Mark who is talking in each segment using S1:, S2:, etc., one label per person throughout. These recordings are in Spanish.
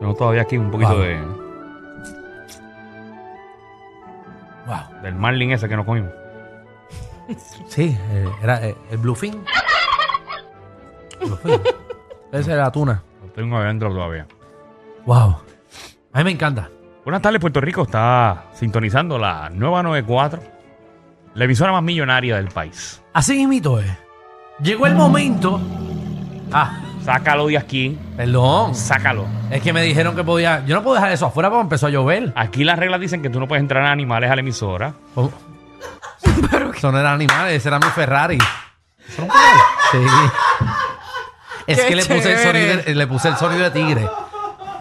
S1: Tengo todavía aquí un poquito
S2: Wow.
S1: de,
S2: Wow.
S1: del marlin ese que nos comimos.
S2: Sí, eh, era eh, el bluefin. bluefin. Esa era la tuna.
S1: Lo tengo adentro todavía.
S2: Wow. A mí me encanta.
S1: Buenas tardes, Puerto Rico. Está sintonizando la nueva 94, la emisora más millonaria del país.
S2: Así mismito es. Llegó el momento. Ah,
S1: Sácalo de aquí,
S2: perdón.
S1: sácalo.
S2: Es que me dijeron que podía. Yo no puedo dejar eso afuera porque empezó a llover.
S1: Aquí las reglas dicen que tú no puedes entrar a animales a la emisora.
S2: Oh. Eso no eran animales, ese era mi Ferrari.
S1: Eso no puede.
S2: Sí. Es
S3: Qué
S2: que le puse, el
S3: chévere.
S2: sonido, de- le puse el sonido de tigre.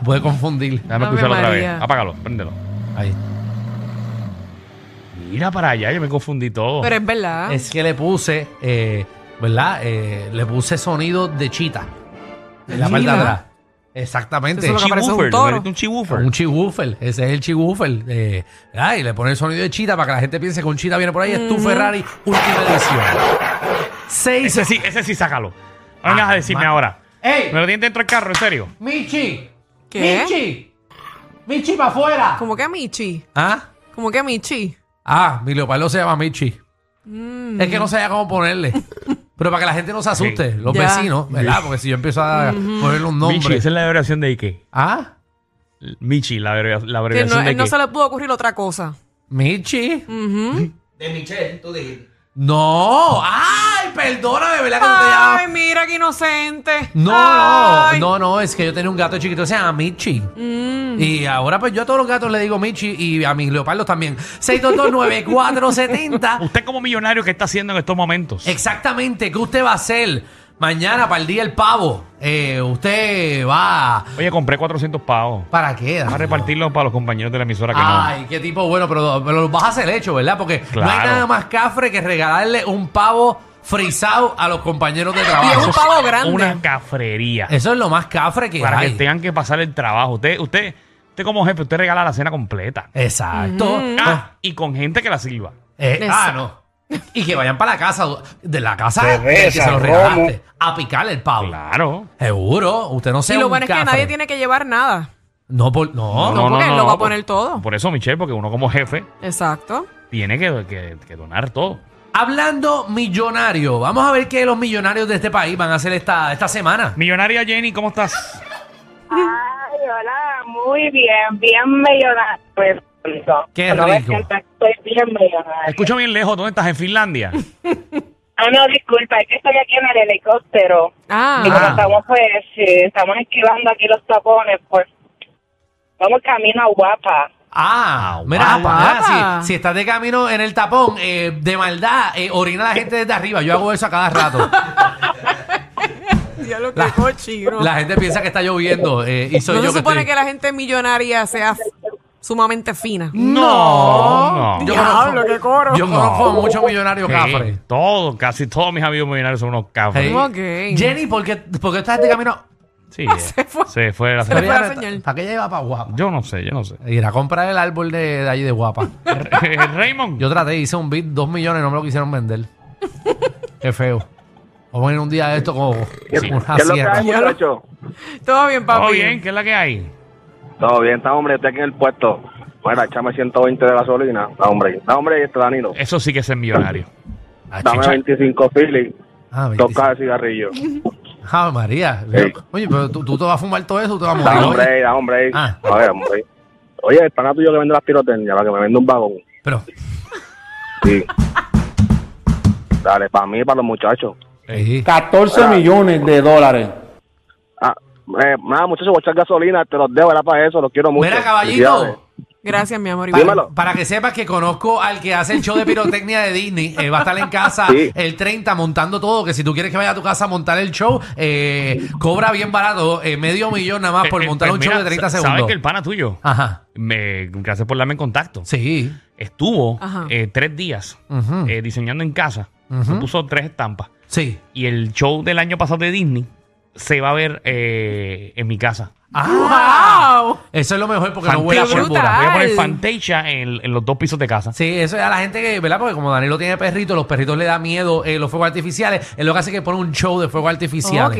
S2: Puede confundir.
S1: Déjame
S3: Ave
S1: escucharlo otra vez.
S3: María.
S1: Apágalo, préndelo.
S2: Ahí.
S1: Mira para allá, yo me confundí todo.
S3: Pero es verdad.
S2: Es que le puse, eh, ¿verdad? Eh, le puse sonido de chita. En la parte de
S3: Mira.
S2: atrás. Exactamente.
S3: Eso es lo que parece un
S1: Chiwoofer,
S3: toro.
S1: parece un chiwoofer.
S2: Un chiwoofer. Ese es el chiwoofer. Eh, ¿verdad? y le pone el sonido de chita para que la gente piense que un chita viene por ahí. Es tu Ferrari última edición. Seis.
S1: Ese sí, ese sí, sácalo. No vengas a decirme
S2: Ah, ma-
S1: ahora.
S2: ¡Ey!
S1: ¿Me lo tienes dentro del carro, en serio?
S2: ¡Michi!
S3: ¿Qué?
S2: ¡Michi! ¡Michi para afuera!
S3: Como que Michi.
S2: ¿Ah?
S3: Como que Michi.
S2: Ah, mi leopardo se llama Michi.
S3: Mm.
S2: Es que no sabía cómo ponerle. Pero para que la gente no se asuste, los
S3: Ya.
S2: vecinos, ¿verdad? Porque si yo empiezo a ponerle un nombre.
S1: Michi, esa es la abreviación de Ike.
S2: Ah,
S1: Michi, la, abrevia- la
S3: Que
S1: abreviación
S3: no,
S1: de
S3: él no
S1: Ike.
S3: se le pudo ocurrir otra cosa.
S2: Michi.
S3: Ujú.
S2: No. Ay, perdona, de verdad que no te llamas.
S3: Ay, mira qué inocente.
S2: No,
S3: Ay. Mm.
S2: no, no, no, es que yo tenía un gato chiquito, se llama Michi. Y ahora pues yo a todos los gatos le digo Michi y a mis leopardos también. 6229470.
S1: Usted como millonario, ¿qué está haciendo en estos momentos?
S2: Exactamente, ¿qué usted va a hacer mañana para el día del pavo? Eh, usted va...
S1: Oye, compré 400 pavos.
S2: ¿Para qué?
S1: Vamos a
S2: Dani?
S1: repartirlos para los compañeros de la emisora que
S2: Ay, qué tipo bueno, pero, pero lo vas a hacer hecho, ¿verdad? Porque no hay
S1: Claro.
S2: nada más cafre que regalarle un pavo frisado a los compañeros de
S3: Y es
S2: trabajo.
S3: un pavo grande. Eh,
S1: no. Una cafrería.
S2: Eso es lo más cafre que
S1: Para que
S2: hay.
S1: tengan que pasar el trabajo. Usted, usted, usted como jefe, usted regala la cena completa.
S2: Exacto. Ah,
S1: Ah, y con gente que la sirva.
S2: eh, ah,
S3: Exacto.
S2: no. Y que vayan para la casa, de la casa
S4: Cerveza,
S2: del que se lo
S4: romo.
S2: regalaste, a picar el pavo.
S1: Claro.
S2: Seguro, usted no se
S3: y lo bueno es que nadie tiene que llevar nada.
S2: No, por, no,
S3: No, porque él lo va a poner todo.
S1: Por eso, Michelle, porque uno como jefe
S3: Exacto.
S1: tiene que, que- que donar todo.
S2: Hablando millonario, vamos a ver qué los millonarios de este país van a hacer esta, esta semana. Ah,
S1: Millonaria Jenny, ¿cómo estás?
S5: Ay, hola, muy bien, bien millonario. Pues, rico.
S2: Qué
S5: Pero me
S2: rico.
S5: encanta, Estoy bien
S1: Te
S5: millonario.
S1: escucho bien lejos. ¿Dónde estás? ¿En Finlandia?
S5: Ah, no, disculpa, es que estoy aquí en el helicóptero. Y como
S3: Ah,
S5: estamos, pues, eh, estamos esquivando aquí los tapones, pues, vamos camino a Guapa.
S2: Ah, mira,
S1: guapa.
S2: papá,
S3: Guapa.
S2: si, si estás de camino en el tapón, eh, de maldad, eh, orina la gente desde arriba. Yo hago eso a cada rato.
S3: ya lo que
S2: La-
S3: cochino.
S2: La gente piensa que está lloviendo eh, y soy
S3: no
S2: yo
S3: se
S2: que
S3: supone
S2: estoy-
S3: que la gente millonaria sea f- sumamente fina.
S1: No, no.
S2: Yo
S3: Diablo,
S2: conozco-
S3: qué coro.
S2: Yo conozco a muchos millonarios
S1: Sí,
S2: cafres.
S1: Todo, casi todos mis amigos millonarios son unos cafres.
S2: Hey.
S3: Ok.
S2: Jenny, ¿por qué, por qué estás de camino?
S1: Sí, eh,
S3: Se fue.
S1: se fue la
S3: Se
S1: señal.
S3: fue la señal.
S2: ¿Para qué lleva para guapa?
S1: Yo no sé, yo no sé.
S2: Ir a comprar el árbol de, de allí de guapa.
S1: Raymond.
S2: Yo traté, hice un beat, dos millones, no me lo quisieron vender. Qué feo. Vamos a ir un día de esto con, con una
S4: ¿Qué es lo que
S2: sierra.
S4: hay, muchacho?
S3: Todo bien, papi. eh.
S1: Todo bien, ¿qué es la que hay?
S4: Todo bien, está, hombre, estoy aquí en el puesto. Bueno, échame 120 de gasolina. No, hombre, no, hombre, ahí está Danilo.
S2: Eh,
S1: Eso sí que es ser millonario.
S2: Ah,
S4: Dame
S2: chicha.
S4: 25 Philly,
S2: Ah, 25.
S4: dos cajas de cigarrillo.
S2: Ave María.
S4: Sí.
S2: Oye, pero tú, tú te vas a fumar todo eso, tú te vas a morir.
S4: Da,
S2: oye.
S4: hombre, da, hombre.
S2: Ah.
S4: A ver, hombre. Oye, el pana tuyo que vende las pirotecnias, para que me venda un vagón.
S2: Pero,
S4: Sí. Dale, para mí y para los muchachos.
S2: sí.
S6: 14 millones de dólares.
S4: Ah, eh, nada, muchachos, voy a echar gasolina, te los dejo, era para eso, los quiero mucho.
S2: mira,
S4: Felicidades.
S2: caballito.
S3: Gracias, mi amor.
S4: Dímelo.
S2: Para que sepas que conozco al que hace el show de pirotecnia de Disney, eh, va a estar en casa
S4: Sí.
S2: el 30 montando todo, que si tú quieres que vaya a tu casa a montar el show, eh, cobra bien barato, eh, medio millón nada más por
S1: Eh, eh,
S2: montar
S1: pues
S2: un
S1: mira,
S2: show de 30
S1: sa-
S2: segundos. Ah.
S1: Sabes que el pana tuyo,
S2: Ajá,
S1: me, gracias por darme en contacto,
S2: sí.
S1: estuvo
S3: Ajá.
S1: eh, tres días
S2: Ujú.
S1: eh, diseñando en casa.
S2: Ujú.
S1: Se puso tres estampas.
S2: Sí.
S1: Y el show del año pasado de Disney se va a ver eh, en mi casa.
S2: ¡Ah!
S3: ¡Wow!
S2: Eso es lo mejor porque no huele a
S1: Fantasia.
S3: brutal.
S2: pólvora.
S1: Voy a poner Fantasia en, en los dos pisos de casa.
S2: Sí, eso es a la gente que, ¿verdad? Porque como Danilo tiene perrito, los perritos le da miedo eh, los fuegos artificiales. Es lo que hace que pone un show de fuegos artificiales.
S3: Ok,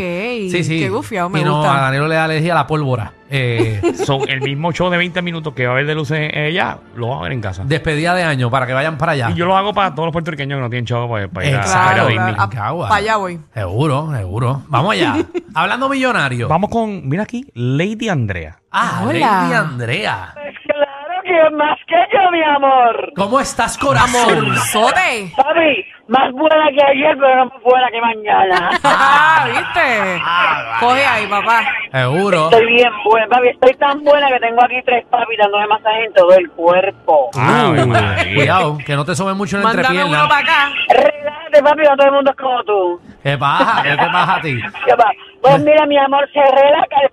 S3: qué gufiado, me
S2: y no,
S3: gusta.
S2: a Danilo le da alergia a la pólvora. Eh,
S1: Son el mismo show de 20 minutos que va a haber de luces eh, ya, lo va a ver en casa.
S2: despedida de año para que vayan para allá.
S1: Y yo lo hago para todos los puertorriqueños que no tienen chavo para, para ir a-
S2: Ah. Exacto.
S1: para ir a
S3: Claro,
S1: Disney.
S3: claro. Ah,
S2: Cagua.
S3: pa' allá voy.
S2: Seguro, seguro. Vamos allá. Hablando millonario.
S1: Vamos con, mira aquí, Lady Andrea.
S2: Ah,
S3: Hola.
S2: Lady Andrea.
S5: Pues Claro que más que yo, mi amor.
S2: ¿Cómo estás, corazón?
S3: ¡Sote!
S5: Papi, más buena que ayer, pero no más buena que mañana.
S3: ¡Ah! ¿Viste?
S2: ah,
S3: Coge ahí, papá.
S2: Seguro.
S5: Estoy bien buena, papi. Estoy tan buena que tengo aquí tres papis dándome masaje en todo el cuerpo.
S2: Ah,
S1: Ave María.
S2: Cuidado, que no te sobe mucho en la
S3: Mándame uno
S2: entrepierna.
S3: para acá.
S5: Relájate, papi, no todo el mundo es como tú.
S2: ¿Qué pasa? ¿Qué te pasa a ti?
S5: Ya va. Pues mira, mi amor, cerré la, cal-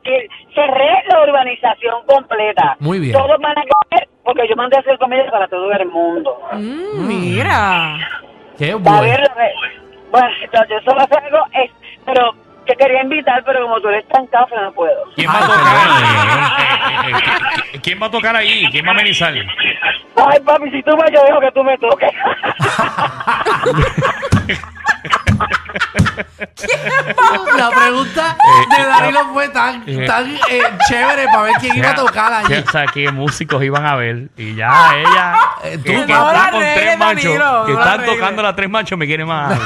S5: cerré la urbanización completa.
S2: Muy bien.
S5: Todos van a comer porque yo mandé a hacer comida para todo el mundo.
S3: Mm, mira.
S2: Qué
S5: Va a ver,
S2: bueno.
S5: lo que- bueno, entonces eso va a ser algo, es, pero te quería invitar, pero como tú eres tan cafre, no puedo.
S1: ¿Quién va a
S2: Ah,
S1: tocar? Eh, eh, eh, eh, ¿Quién va a tocar ahí? ¿Quién va a amenizar?
S5: Ay, papi, si tú me yo dejo que tú me toques.
S2: La pregunta de Danilo fue tan, tan eh, chévere para ver quién iba a tocar
S1: Ya,
S2: allí.
S1: O sea, qué músicos iban a ver. Y ya ella.
S2: Eh,
S1: que-
S2: tú,
S1: que,
S2: no
S1: está
S3: la
S1: con
S3: arregles,
S1: tres machos.
S3: Danilo,
S1: que
S3: no la
S1: están
S3: arregles.
S1: tocando las tres machos, me quiere más.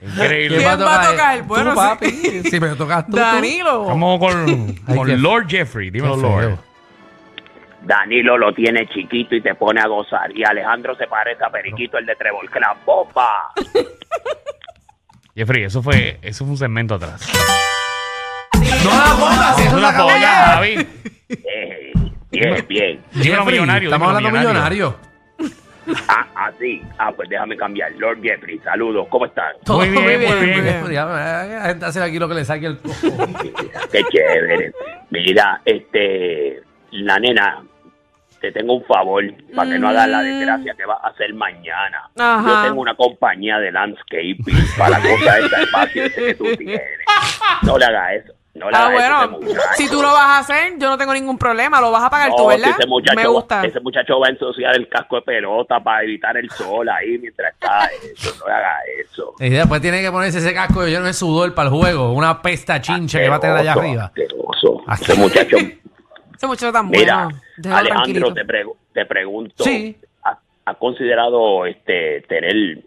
S1: Increíble.
S3: ¿Quién va a tocar?
S2: eh, Tú,
S3: Bueno, sí.
S2: papi. Si me tocas tú, tú.
S3: Danilo.
S1: Vamos con,
S2: Ay,
S1: con
S2: qué-
S1: Lord Jeffrey.
S2: Qué
S1: Dímelo, Lord.
S2: feo.
S7: Danilo lo tiene chiquito y se pone a gozar. Y Alejandro se parece a Periquito, el de Trevor Clan. ¡Bomba!
S1: Jeffrey, eso fue, eso fue un segmento atrás.
S2: No la
S1: Eso
S2: pongas, Ah, eso
S1: es
S2: se
S1: una
S2: acabó
S1: polla,
S2: ya.
S1: Javi.
S7: Eh, bien, bien.
S1: Dímelo,
S2: Jeffrey,
S1: millonario,
S2: Estamos
S1: dímelo,
S2: hablando millonario.
S7: Ah, así. Ah, pues déjame cambiar. Lord Jeffrey, saludos. ¿Cómo están?
S2: Todo
S1: Muy bien, muy bien.
S2: Ya, eh, La gente hace aquí lo que le saque el cojo.
S7: Qué chévere. Mira, este, la nena, te tengo un favor para que no hagas la desgracia que vas a hacer mañana.
S3: Mm. Ajá.
S7: Yo tengo una compañía de landscaping para cosas esa espacio ese que tú tienes. No le hagas eso. No le
S3: Ah,
S7: hagas eso. a ese
S3: bueno.
S7: este muchacho.
S3: Si tú lo vas a hacer, yo no tengo ningún problema. Lo vas a pagar
S7: No,
S3: tú,
S7: si
S3: ¿verdad?
S7: ese muchacho, este
S3: Me
S7: va-
S3: gusta.
S7: ese muchacho va a ensuciar el casco de pelota para evitar el sol ahí mientras está eso. No haga eso.
S2: Y después tiene que ponerse ese casco lleno de sudor para el juego. Una pesta chincha que va a tener allá
S7: Asqueroso,
S2: arriba.
S7: asqueroso.
S1: Ah,
S2: Asque-
S7: Ese muchacho.
S3: Ese muchacho tan
S7: Mira,
S3: bueno. Déjalo tranquilito.
S7: Alejandro, te, pregu- te pregunto.
S2: Sí.
S7: ¿ha- ¿Has considerado este tener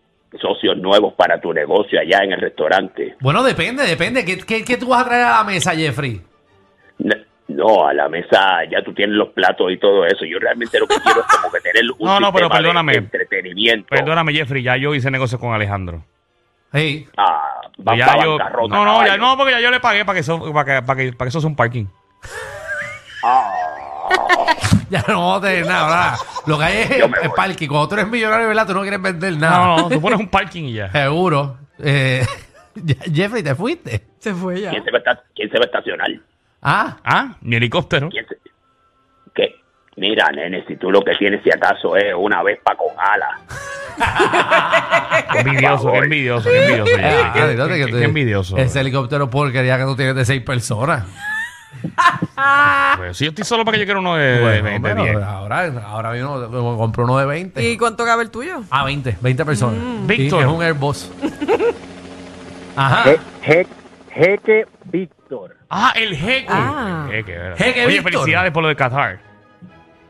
S7: socios nuevos para tu negocio allá en el restaurante?
S2: Bueno, depende, depende. ¿Qué, qué, qué tú vas a traer a la mesa, Jeffrey?
S7: N- No, a la mesa ya tú tienes los platos y todo eso. Yo realmente lo que quiero es como que tener un
S1: No, no, pero
S7: sistema de-
S1: perdóname.
S7: de entretenimiento.
S1: Perdóname, Jeffrey, ya yo hice negocio con Alejandro.
S2: Hey.
S7: Ah, va
S1: Ya
S7: pa'
S1: yo-
S7: bancarrota,
S1: no, no, ya,
S7: caballo.
S1: no, porque ya yo le pagué para que eso, para que, para que, para que eso sea un parking.
S7: Ah,
S2: Ya no vamos a tener nada, ¿verdad? Lo que hay es,
S7: Yo me
S2: es
S7: voy.
S2: parking. Cuando tú eres millonario, ¿verdad? Tú no quieres vender nada.
S1: No, no, no, tú pones un parking y ya.
S2: Seguro. Eh, Je- Jeffrey, ¿te fuiste?
S3: Se fue ya.
S7: ¿Quién se, va a esta- quién se va a estacionar?
S2: Ah,
S1: Ah, mi helicóptero.
S7: ¿Quién se- qué? Mira, nene, si tú lo que tienes, si acaso, es una vespa con alas.
S1: Qué envidioso, qué envidioso, qué envidioso.
S2: eh,
S1: ya. Qué-
S2: ah, no te-
S1: qué-
S2: que
S1: qué
S2: te-
S1: envidioso.
S2: Ese helicóptero porquería que tú tienes de seis personas.
S1: Pues, si yo estoy solo para que yo quiera uno de, de- de- de
S2: bueno,
S1: 10.
S2: ahora, ahora vino, compró uno de 20.
S3: ¿Y Mm. cuánto cabe el tuyo?
S2: Ah, 20, 20 personas. Sí,
S1: Víctor.
S2: Es un Airbus. Ajá.
S4: Jeque Víctor.
S1: Ah, el jeque.
S3: Ah.
S1: El jeque, ¿verdad?
S2: Jeque
S1: Oye,
S2: Víctor.
S1: felicidades por lo de Qatar.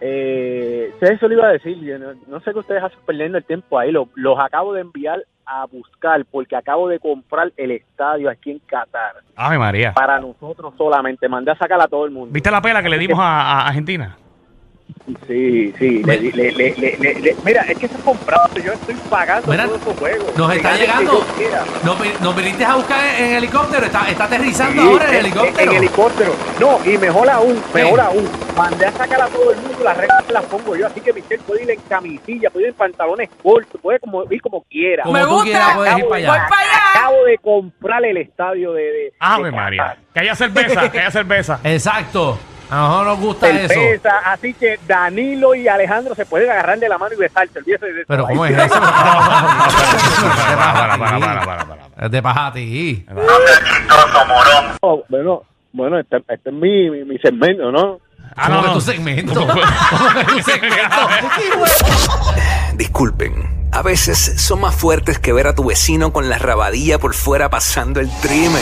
S4: Eh, eso le iba a decir. yo No, no sé que ustedes hacen perdiendo el tiempo ahí. lo- los acabo de enviar a buscar porque acabo de comprar el estadio aquí en Qatar.
S1: Ave María.
S4: Para nosotros solamente. Mandé a sacar a todo el mundo.
S1: ¿Viste la pela que le dimos a, a Argentina?
S4: Sí, sí. le- le- le- le- le- le- mira, es que eso es comprado. Yo estoy pagando
S2: Mira,
S4: todo su juego.
S2: Nos está llegando. Nos, vi- nos viniste a buscar en, en helicóptero. Está, está aterrizando ahora en helicóptero.
S4: En helicóptero. No, y mejor aún, mejor aún. Mandé a sacar a todo el mundo, las reglas las pongo yo. Así que Michelle puede ir en camisilla, puede ir en pantalones cortos, puede como, ir como quiera.
S2: Como
S3: Me
S2: tú
S3: gusta.
S2: quieras, puedes ir
S4: Acabo
S2: para
S4: de-
S2: allá.
S3: Voy para allá.
S4: Acabo de comprar el estadio de. de
S1: Ave
S4: de
S1: María.
S4: Qatar.
S1: Que haya cerveza, que haya cerveza.
S2: Exacto. A nosotros nos gusta eso.
S4: Cerveza, así que Danilo y Alejandro se pueden agarrar de la mano y besarse. Olvídese de eso.
S2: Pero ¿cómo es
S4: Ahí.
S2: eso?
S1: Para, para, para, para, para, para.
S2: Es de pajati.
S4: Oh, bueno, bueno, este, este es mi, mi, mi segmento, ¿no?
S1: Ah,
S2: ¿Cómo
S1: no,
S2: que
S1: no.
S2: tu segmento?
S1: ¿Cómo que-
S2: ¿Cómo que tu segmento?
S8: Disculpen, a veces son más fuertes que ver a tu vecino con la rabadilla por fuera pasando el trimen.